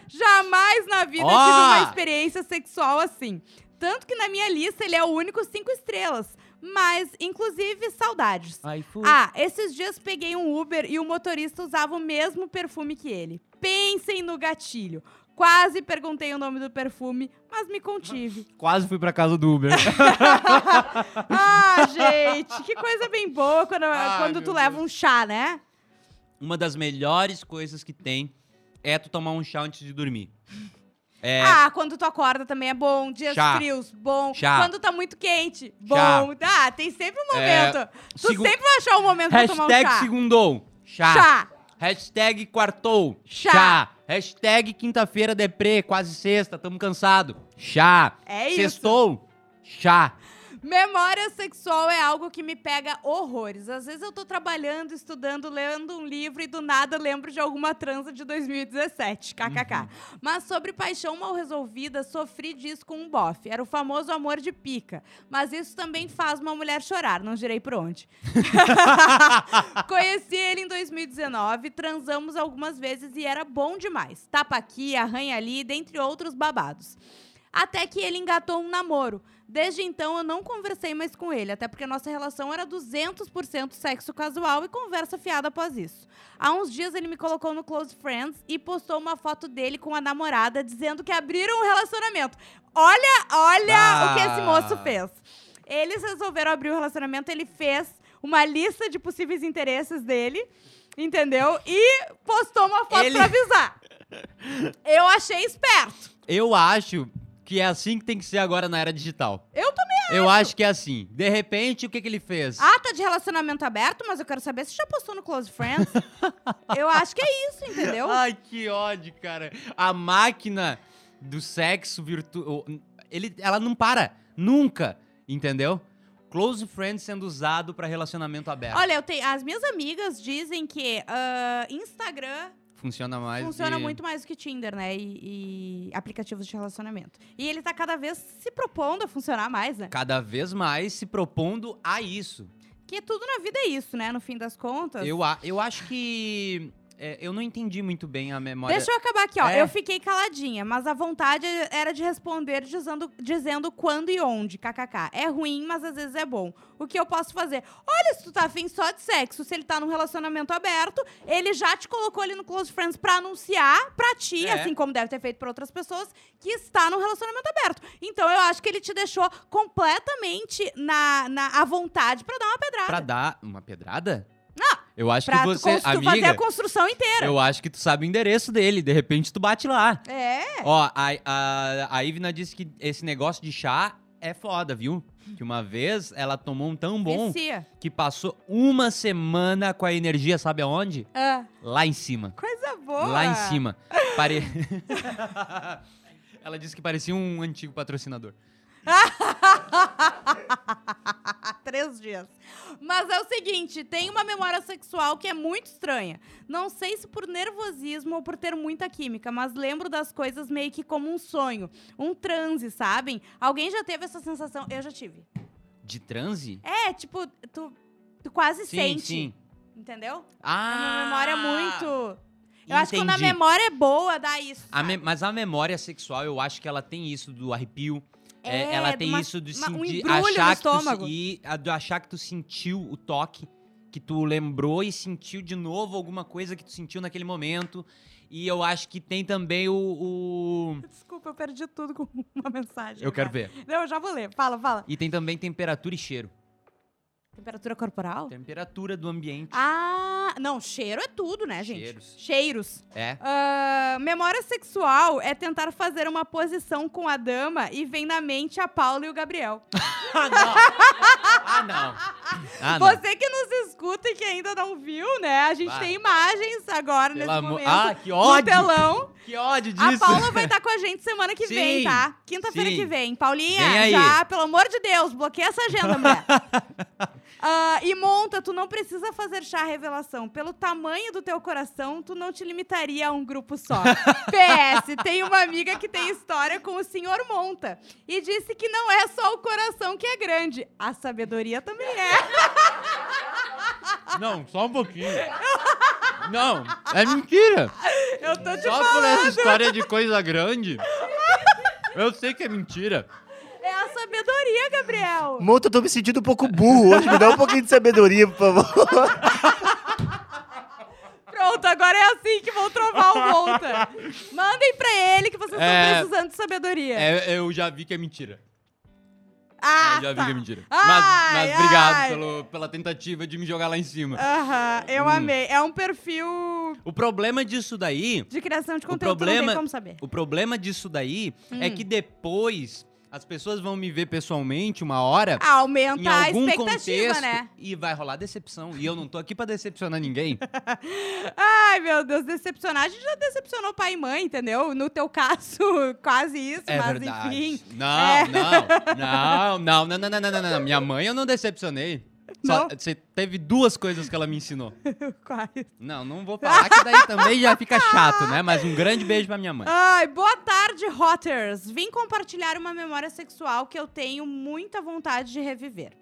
Jamais na vida
Ó!
tive uma experiência sexual assim. Tanto que na minha lista ele é o único cinco estrelas. Mas, inclusive, saudades.
Ai, fui.
Ah, esses dias peguei um Uber e o motorista usava o mesmo perfume que ele. Pensem no gatilho. Quase perguntei o nome do perfume, mas me contive.
Quase fui pra casa do Uber.
ah, gente, que coisa bem boa quando,
Ai,
quando
Ah, meu
tu leva um chá, né?
Uma das melhores coisas que tem é tu tomar um chá antes de dormir. É.
Ah, quando tu acorda também é bom. Dias
Chá.
frios, bom.
Chá.
Quando tá muito quente, bom.
Chá.
Ah, tem sempre um
É,
momento. tu
segu-
sempre vai achar um momento pra tomar um
Hashtag
chá.
segundou. Chá.
Chá.
Hashtag quartou.
Chá.
Hashtag quinta-feira deprê, quase sexta, tamo cansado. Chá.
É isso.
Sextou. Chá.
Memória sexual é algo que me pega horrores. Às vezes eu tô trabalhando, estudando, lendo um livro e do nada lembro de alguma transa de 2017. KKK. Mas sobre paixão mal resolvida, sofri disso com um bofe. Era o famoso amor de pica. Mas isso também faz uma mulher chorar, não girei por onde. Conheci ele em 2019, transamos algumas vezes e era bom demais. Tapa aqui, arranha ali, dentre outros babados. Até que ele engatou um namoro. Desde então eu não conversei mais com ele, até porque a nossa relação era 200% sexo casual e conversa fiada após isso. Há uns dias ele me colocou no Close Friends e postou uma foto dele com a namorada dizendo que abriram um relacionamento. Olha, olha
Ah.
o que esse moço fez. Eles resolveram abrir o relacionamento, ele fez uma lista de possíveis interesses dele, entendeu? E postou uma foto
Ele-
pra avisar. Eu achei esperto.
Eu acho que é assim que tem que ser agora na era digital.
Eu também.
Eu acho que é assim. De repente, o que, que ele fez?
Ah, tá de relacionamento aberto, mas eu quero saber se já postou no Close Friends. eu acho que é isso, entendeu?
Ai, que ódio, cara. A máquina do sexo virtual. Ele, ela não para. Nunca. Entendeu? Close friends sendo usado pra relacionamento aberto.
Olha, eu tenho, as minhas amigas dizem que ah, Instagram
Funciona mais.
funciona
e-
muito mais do que Tinder, né? E, e aplicativos de relacionamento. E ele tá cada vez se propondo a funcionar mais, né?
Cada vez mais se propondo a isso.
Que tudo na vida é isso, né? No fim das contas.
Eu, a- eu acho que. é, eu não entendi muito bem a memória.
Deixa eu acabar aqui, ó.
É.
Eu fiquei caladinha, mas a vontade era de responder dizendo, dizendo quando e onde, kkk. É ruim, mas às vezes é bom. O que eu posso fazer? Olha, se tu tá afim só de sexo, se ele tá num relacionamento aberto, ele já te colocou ali no Close Friends pra anunciar pra ti,
É.
assim como deve ter feito pra outras pessoas, que está num relacionamento aberto. Então eu acho que ele te deixou completamente na, na à vontade pra dar uma pedrada.
Pra
Pra,
dar uma pedrada? Não! Eu acho que
tu
você.
cons- tu fazer a
Amiga,
construção inteira.
eu acho que tu sabe o endereço dele. De repente tu bate lá.
É.
Ó, a, a, a Ivna disse que esse negócio de chá é foda, viu? Que uma vez ela tomou um tão bom
Vicia.
que passou uma semana com a energia, sabe aonde?
Ah,
Lá em cima.
coisa boa.
Lá em cima. Pare... ela disse que parecia um antigo patrocinador.
Três dias. Mas é o seguinte, tem uma memória sexual que é muito estranha. Não sei se por nervosismo ou por ter muita química, mas lembro das coisas meio que como um sonho. Um transe, sabem? Alguém já teve essa sensação? Eu já tive.
De transe?
É, tipo, tu, tu quase
sim,
sente.
sim.
Entendeu? É uma
Ah!
memória muito... Eu acho que quando a
entendi.
memória é boa, dá isso.
A me-
sabe?
Mas a memória sexual, eu acho que ela tem isso do arrepio. é,
É,
ela
de
tem
uma-
isso de,
uma- um
sentir-
embrulho no
achar que tu se-
estômago.
e a- do achar que tu sentiu o toque, que tu lembrou e sentiu de novo alguma coisa que tu sentiu naquele momento. E eu acho que tem também o. o-
Desculpa, eu perdi tudo com uma mensagem.
Eu quero
agora.
ver.
Não, eu já vou ler. Fala, fala.
E tem também temperatura e cheiro.
Temperatura corporal?
Temperatura do ambiente.
Ah, não, cheiro é tudo, né, gente?
Cheiros.
Cheiros.
É.
Ah, memória sexual é tentar fazer uma posição com a dama e vem na mente a Paula e o Gabriel.
Ah, não! Ah, não! Ah, não.
Você que nos escuta e que ainda não viu, né? A gente
Vai.
tem imagens agora
Pelo
nesse
amor-
momento.
Ah, que
no
ódio!
telão.
Que ódio disso!
A Paula vai estar com a gente semana que vem,
Sim,
tá? Quinta-feira
sim.
que vem. Paulinha,
Vem aí.
já, pelo amor de Deus, bloqueia essa agenda, mulher. Ah, e monta, tu não precisa fazer chá revelação. Pelo tamanho do teu coração, tu não te limitaria a um grupo só. PS, tem uma amiga que tem história com o senhor Monta e disse que não é só o coração que é grande, a sabedoria também é.
Não, só um pouquinho. Não, é mentira.
Eu tô te
Só por essa história de coisa grande. Eu sei que é mentira.
É a sabedoria, Gabriel.
Monta, eu tô me sentindo um pouco burro hoje. Me dá um pouquinho de sabedoria, por favor.
Pronto, agora é assim que vão trovar o Volta. Mandem pra ele que vocês
É.
estão precisando de sabedoria.
É, eu já vi que é mentira.
ah,
eu já
tá.
vi que é mentira.
Ai,
mas, mas obrigado
ai.
pelo- pela tentativa de me jogar lá em cima.
Aham, eu
Hum.
amei. É um perfil
O problema disso daí.
de criação de
O
conteúdo, não
problema-
tem como saber.
O problema disso daí é
Hum.
que depois as pessoas vão me ver pessoalmente uma hora. Em
Aumenta Ah, tá a
algum
expectativa,
contexto
né?
e vai rolar decepção. E eu não tô aqui pra decepcionar ninguém.
Ai, meu Deus, decepcionar. A gente já decepcionou pai e mãe, entendeu? No teu caso, quase isso,
É
mas
verdade.
enfim.
Não,
É.
não, não, não, não, não, não, não, não, não. Minha mãe eu não decepcionei. Só,
Não?
você teve duas coisas que ela me ensinou.
Quase.
Não, não vou falar que daí também já fica chato, né? Mas um grande beijo pra minha mãe.
Ai, boa tarde, Rotters. Vim compartilhar uma memória sexual que eu tenho muita vontade de reviver.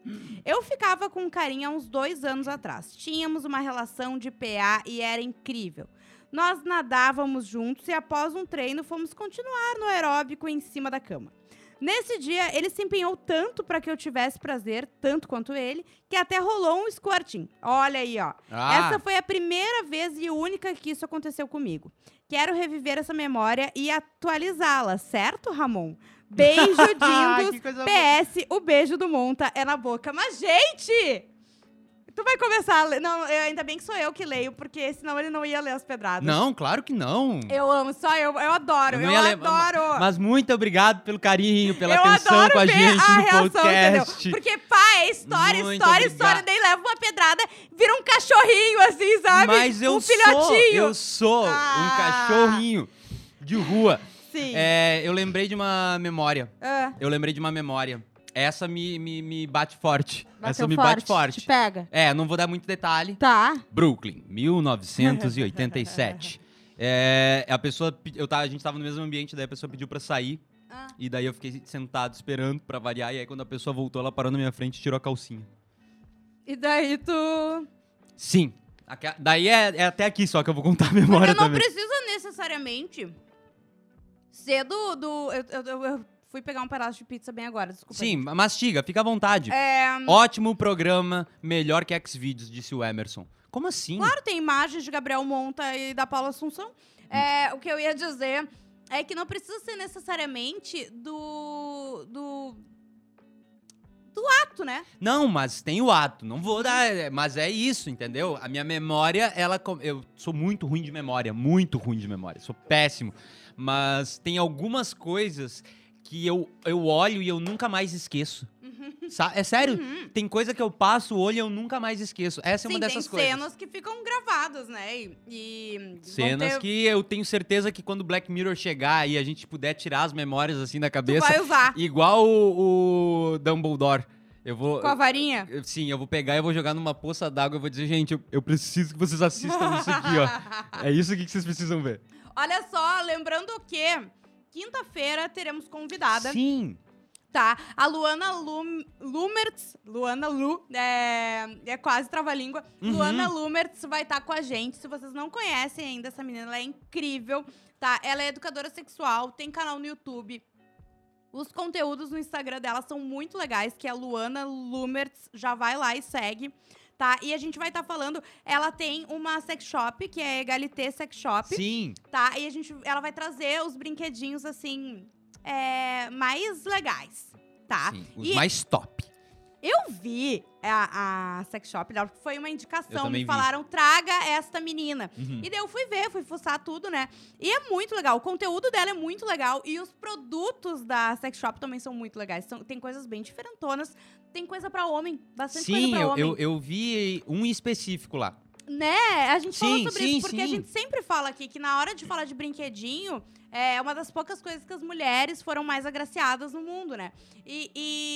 Eu ficava com um carinha há uns dois anos atrás. Tínhamos uma relação de PA e era incrível. Nós nadávamos juntos e após um treino fomos continuar no aeróbico em cima da cama. Nesse dia, ele se empenhou tanto para que eu tivesse prazer, tanto quanto ele, que até rolou um squirting. Olha aí, ó.
Ah,
Essa foi a primeira vez e única que isso aconteceu comigo. Quero reviver essa memória e atualizá-la, certo, Ramon? Beijo,
que
Dindos.
coisa boa.
PS, o beijo do Monta é na boca. Mas, gente! Tu vai começar a ler. Não, eu- ainda bem que sou eu que leio, porque senão ele não ia ler as pedradas.
Não, claro que não.
Eu amo, só eu. Eu adoro,
Eu
eu,
não ia ler-
adoro.
Mas muito obrigado pelo carinho, pela
eu
atenção
adoro
com a
ver
gente
a
no
reação,
podcast.
entendeu? Porque, pá, é história,
Muito
história,
obrigado.
história. Daí leva uma pedrada, vira um cachorrinho, assim, sabe?
Mas eu
um
sou,
filhotinho.
eu sou um
Ah.
cachorrinho de rua.
Sim.
É, eu lembrei de uma memória.
Ah,
Eu lembrei de uma memória. Essa me, me, me bate forte. Essa
bateu
me bate
Te
forte.
pega.
É, não vou dar muito detalhe.
Tá.
Brooklyn, 1987. é, a pessoa, pe- eu tava, a gente tava no mesmo ambiente, daí a pessoa pediu pra sair.
Ah.
E daí eu fiquei sentado esperando pra variar. E aí quando a pessoa voltou, ela parou na minha frente e tirou a calcinha.
E daí tu.
Sim. Aque- Daí é, é até aqui só que eu vou contar a
Porque
memória
não
também.
precisa necessariamente ser do. do eu, eu- eu- eu fui pegar um pedaço de pizza bem agora, desculpa.
Sim, ma- mastiga, fica à vontade.
É,
Ótimo programa, melhor que Xvideos, disse o Emerson. Como assim?
claro, tem imagens de Gabriel Monta e da Paula Assunção.
Hum.
É, o que eu ia dizer é que não precisa ser necessariamente do. do. do ato, né?
Não, mas tem o ato. Não vou dar. é, Mas é isso, entendeu? A minha memória, ela. com- Eu sou muito ruim de memória, muito ruim de memória. Sou péssimo. Mas tem algumas coisas que eu, eu olho e eu nunca mais esqueço.
Uhum.
Sa- É sério? Tem coisa que eu passo o olho e eu nunca mais esqueço. Essa é uma
Sim,
dessas
tem
coisas.
cenas que ficam gravadas, né? E. e vão
Cenas
ter-
que eu tenho certeza que quando Black Mirror chegar e a gente puder tirar as memórias assim da
Tu
cabeça,
vai usar
igual o, o Dumbledore. Eu vou.
com a varinha.
eu- sim, eu vou pegar e vou jogar numa poça d'água e vou dizer, gente, eu, eu preciso que vocês assistam isso aqui, ó. É isso aqui que vocês precisam ver.
Olha só, lembrando que quinta-feira teremos convidada,
Sim.
tá? A Luana Lum, Lumertz, Luana Lu, é, é quase trava-língua.
Uhum.
Luana Lumertz vai estar com a gente. Se vocês não conhecem ainda essa menina, ela é incrível, tá? Ela é educadora sexual, tem canal no YouTube. Os conteúdos no Instagram dela são muito legais, que é Luana Lumertz. Já vai lá e segue, tá? E a gente vai estar falando. Ela tem uma sex shop, que é Egalité Sex Shop
Sim.
tá? E a gente, ela vai trazer os brinquedinhos, assim, é, mais legais, tá?
sim, Os
E-
mais top.
Eu vi a, a sex shop dela, porque foi uma
Eu
indicação.
também
Me
vi.
falaram, traga esta menina.
Uhum.
E daí eu fui ver, fui fuçar tudo, né? E é muito legal. O conteúdo dela é muito legal. E os produtos da sex shop também são muito legais. São- tem coisas bem diferentonas. Tem coisa pra homem. Bastante
Sim,
coisa pra
eu,
homem.
eu, eu vi um em específico lá.
Né? A gente falou
Sim,
sobre
sim,
isso porque a
sim.
gente sempre fala aqui que na hora de falar de brinquedinho, é uma das poucas coisas que as mulheres foram mais agraciadas no mundo, né? E,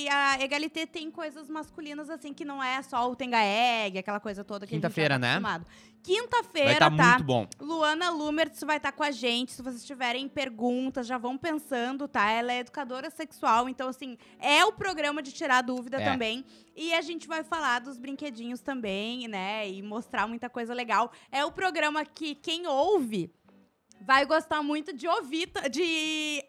e a Egalité tem coisas masculinas, assim, que não é só o Tenga Egg, aquela coisa toda que a gente já tá
Quinta-feira, né?
acostumado.
Vai
Quinta-feira,
estar
tá?
muito bom.
Luana Lumertz vai estar com a gente. Se vocês tiverem perguntas, já vão pensando, tá? Ela é educadora sexual, então, assim, é o programa de tirar dúvida
É.
também. E a gente vai falar dos brinquedinhos também, né? E mostrar muita coisa legal. É o programa que quem ouve vai gostar muito de ouvir, ta- de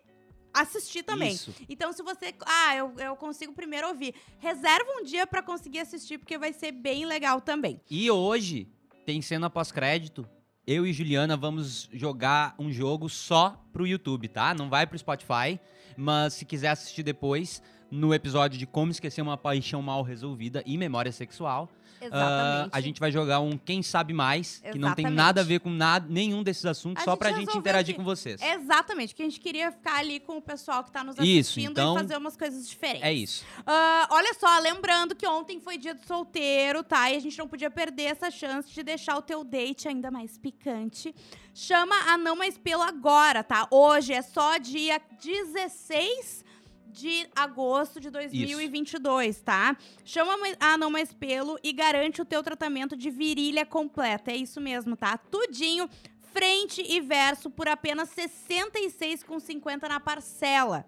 assistir também.
Isso.
Então, se você. Ah, eu, eu consigo primeiro ouvir. Reserva um dia pra conseguir assistir, porque vai ser bem legal também.
E hoje tem cena pós-crédito. Eu e Juliana vamos jogar um jogo só pro YouTube, tá? Não vai pro Spotify, mas se quiser assistir depois no episódio de Como Esquecer uma Paixão Mal Resolvida e Memória Sexual, ah, a gente vai jogar um Quem Sabe Mais, que não tem
Exatamente.
nada a ver com nada, nenhum desses assuntos,
A
só
gente
pra gente
resolveu
interagir
que-
com vocês. É,
Exatamente, porque a gente queria ficar ali com o pessoal que tá nos assistindo
Isso, então-
e fazer umas coisas diferentes.
É isso.
Ah, olha só, lembrando que ontem foi dia do solteiro, tá? E a gente não podia perder essa chance de deixar o teu date ainda mais picante. Chama a Não Mais Pelo agora, tá? Hoje é só dia 16 de agosto de 2022, tá? Chama mais- a Não Mais Pelo e garante o teu tratamento de virilha completa. É isso mesmo, tá? Tudinho, frente e verso por apenas R$ 66,50 na parcela.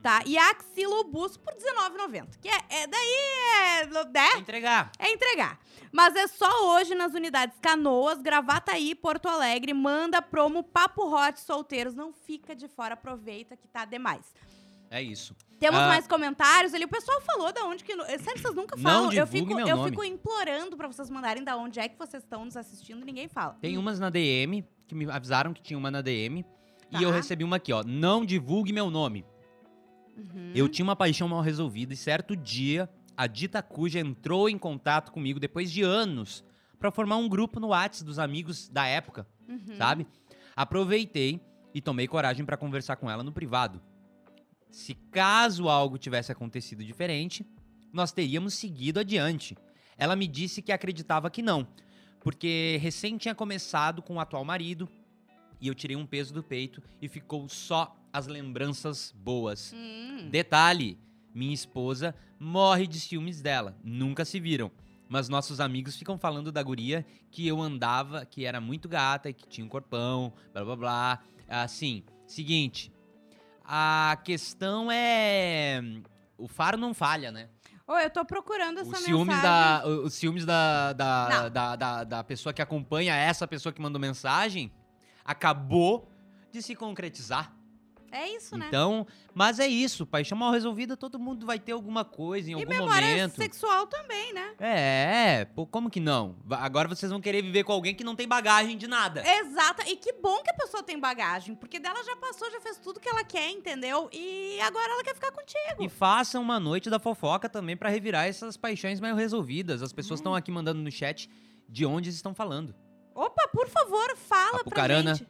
Tá? E a axilobus por R$19,90. Que é, é- daí é, né?
Entregar.
É entregar. Mas é só hoje nas unidades Canoas, Gravataí, Porto Alegre. Manda promo Papo Hot Solteiros. Não fica de fora, aproveita que tá demais.
É isso.
Temos
Ah.
mais comentários ali. O pessoal falou da onde que. é Sério, vocês nunca
Não
falam. eu
divulgue
fico,
meu
eu
nome.
fico implorando pra vocês mandarem da onde é que vocês estão nos assistindo, ninguém fala.
Tem um umas na DM, que me avisaram que tinha uma na DM.
Tá.
E eu recebi uma aqui, ó. Não divulgue meu nome.
Uhum.
Eu tinha uma paixão mal resolvida e certo dia a dita cuja entrou em contato comigo depois de anos pra formar um grupo no Whats dos amigos da época,
Uhum.
sabe? Aproveitei e tomei coragem pra conversar com ela no privado. Se caso algo tivesse acontecido diferente, nós teríamos seguido adiante. Ela me disse que acreditava que não, porque recém tinha começado com o atual marido e eu tirei um peso do peito e ficou só as lembranças boas.
Hum.
Detalhe: minha esposa morre de ciúmes dela. Nunca se viram. Mas nossos amigos ficam falando da guria que eu andava, que era muito gata e que tinha um corpão, blá blá blá. Assim, seguinte. A questão é. O faro não falha, né?
Ô, eu tô procurando essa
Os
mensagem.
ciúmes, da, o- os ciúmes da, da,
Não.
da, da, da pessoa que acompanha essa pessoa que mandou mensagem acabou de se concretizar.
É isso, né?
Então, mas é isso, paixão mal resolvida, todo mundo vai ter alguma coisa em
e
algum
memória
momento.
sexual também, né?
É, pô, como que não? Va- Agora vocês vão querer viver com alguém que não tem bagagem de nada.
Exata. E que bom que a pessoa tem bagagem, porque dela já passou, já fez tudo que ela quer, entendeu? E agora ela quer ficar contigo.
E façam uma noite da fofoca também pra revirar essas paixões mal resolvidas. As pessoas
Uhum.
estão aqui mandando no chat de onde estão falando.
Opa, por favor, fala
Apucarana.
pra gente.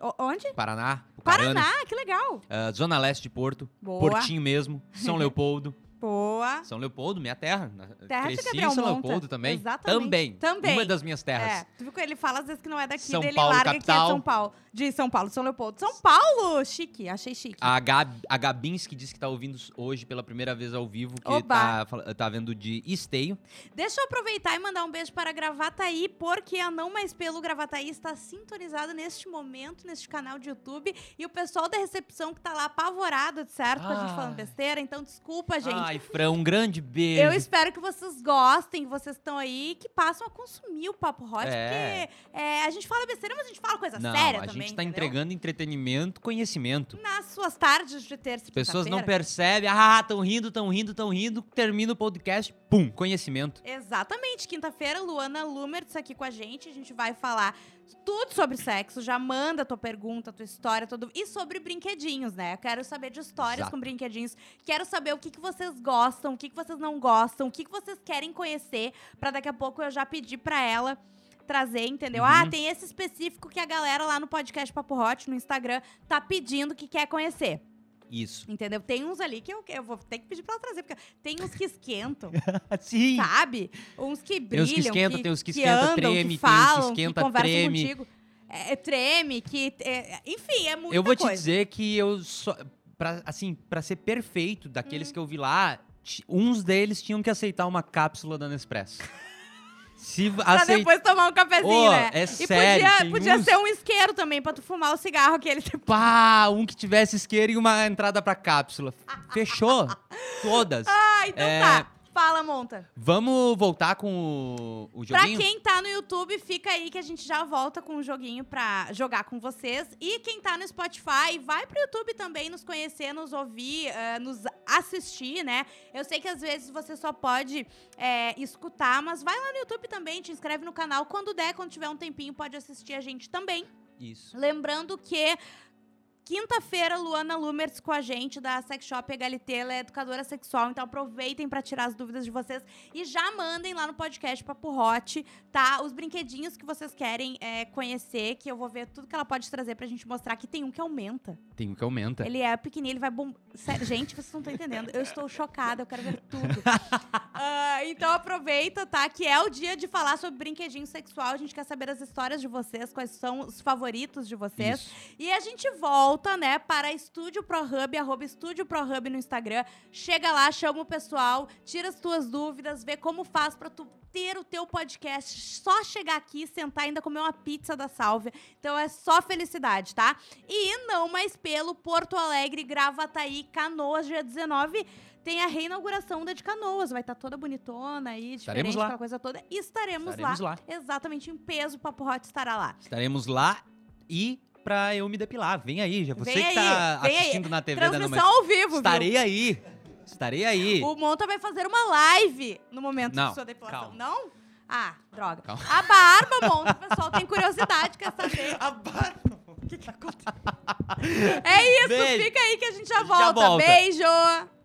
O- onde?
Paraná, Pucarana,
Paraná, que legal.
ah, Zona Leste de Porto,
Boa.
Portinho mesmo, São Leopoldo.
Boa.
São Leopoldo, minha terra. na-
Terra de
Cresci
Gabriel
em São
Monta.
Leopoldo também.
Exatamente.
Também.
Também.
Uma das minhas terras.
É, tu viu que ele fala às vezes que não é daqui,
São
dele
Paulo,
larga que é de
capital.
São Paulo. De São Paulo, São Leopoldo. São Paulo! Chique, achei chique.
A, Gab, a Gabinski disse que tá ouvindo hoje pela primeira vez ao vivo, que
Oba.
tá, fal- tá vendo de esteio.
Deixa eu aproveitar e mandar um beijo para a Gravataí, porque a Não Mais Pelo Gravataí está sintonizada neste momento, neste canal de YouTube. E o pessoal da recepção que tá lá apavorado, de certo? Com a gente
Ai.
falando besteira, então desculpa, gente.
Ah. Ai, Fran, um grande beijo.
Eu espero que vocês gostem, que vocês estão aí, que passam a consumir o Papo Hot,
É.
porque é, a gente fala besteira, mas a gente fala coisa
Não,
séria
a
também.
gente tá
entendeu? Hum,
entregando entretenimento, conhecimento.
Nas suas tardes de terça e
As pessoas não
quinta-feira.
percebem, ah, tão rindo, tão rindo, tão rindo, termina o podcast, pum, conhecimento.
Exatamente, quinta-feira, Luana Lumertz aqui com a gente. A gente vai falar tudo sobre sexo. Já manda tua pergunta, tua história, tudo. E sobre brinquedinhos, né? Eu quero saber de histórias
Exato.
com brinquedinhos. Quero saber o que, que vocês gostam, o que, que vocês não gostam, o que, que vocês querem conhecer. Pra daqui a pouco eu já pedir pra ela trazer, entendeu?
Uhum.
Ah, tem esse específico que a galera lá no podcast Papo Hot, no Instagram, tá pedindo que quer conhecer.
Isso.
Entendeu? Tem uns ali que eu, eu vou ter que pedir pra ela trazer, porque tem uns que esquentam
Sim.
sabe? Uns que brilham,
Tem os que esquenta, tem os que esquenta,
andam,
treme, tem os que
falam,
esquenta,
conversam
treme.
contigo. é, treme, que. é- enfim, é muita
eu vou te
coisa.
dizer que eu só. Pra, assim, pra ser perfeito,
Hum.
daqueles que eu vi lá, ti- uns deles tinham que aceitar uma cápsula da Nespresso. Se v-
Pra
aceitar.
depois tomar um cafezinho,
Ô,
né?
é
e
sério,
podia,
tem
podia
uns-
ser um isqueiro também, pra tu fumar o cigarro que ele tem.
Pá, um que tivesse isqueiro e uma entrada pra cápsula. Fechou? Todas.
Ah, então
É.
tá. Fala, monta.
Vamos voltar com o, o
Pra
joguinho?
quem tá no YouTube, fica aí que a gente já volta com o joguinho pra jogar com vocês. E quem tá no Spotify, vai pro YouTube também nos conhecer, nos ouvir, eh, nos assistir, né? Eu sei que às vezes você só pode eh, escutar, mas vai lá no YouTube também, te inscreve no canal. Quando der, quando tiver um tempinho, pode assistir a gente também.
Isso.
Lembrando que quinta-feira, Luana Lumertz com a gente da Sex Shop HLT, ela é educadora sexual, então aproveitem pra tirar as dúvidas de vocês e já mandem lá no podcast Papo Hot, tá? Os brinquedinhos que vocês querem é, conhecer, que eu vou ver tudo que ela pode trazer pra gente mostrar, que tem um que aumenta.
Tem um que aumenta.
Ele é pequenininho, ele vai bom... Sério, gente, vocês não estão entendendo. Eu estou chocada, eu quero ver tudo. Ah, então aproveita, tá? Que é o dia de falar sobre brinquedinho sexual. A gente quer saber as histórias de vocês, quais são os favoritos de vocês.
Isso.
E a gente volta, né, para Estúdio ProHub, arroba Estúdio ProHub no Instagram. Chega lá, chama o pessoal, tira as tuas dúvidas, vê como faz pra tu ter o teu podcast. Só chegar aqui, sentar e ainda comer uma pizza da Sálvia. Então é só felicidade, tá? E não mais pelo Porto Alegre, Gravataí, Canoas, dia 19. Tem a reinauguração da de Canoas, vai estar toda bonitona aí,
Estaremos
diferente,
lá.
aquela coisa toda. E estaremos,
Estaremos
lá.
lá.
Exatamente, em peso, o Papo Hot estará lá.
Estaremos lá e pra eu me depilar. Vem aí, já você
Vem
que tá
aí, vem aí.
assistindo na TV dando
Transmissão
uma
ao vivo,
Estarei aí. Estarei aí.
viu? O Monta vai fazer uma live no momento
Não,
de sua depilação.
calma.
Não? Ah, droga.
Calma.
A barba, Monta, o pessoal tem curiosidade, quer saber.
A barba.
É isso,
Beijo.
É fica aí que a gente já
A gente já
volta.
volta.
Beijo!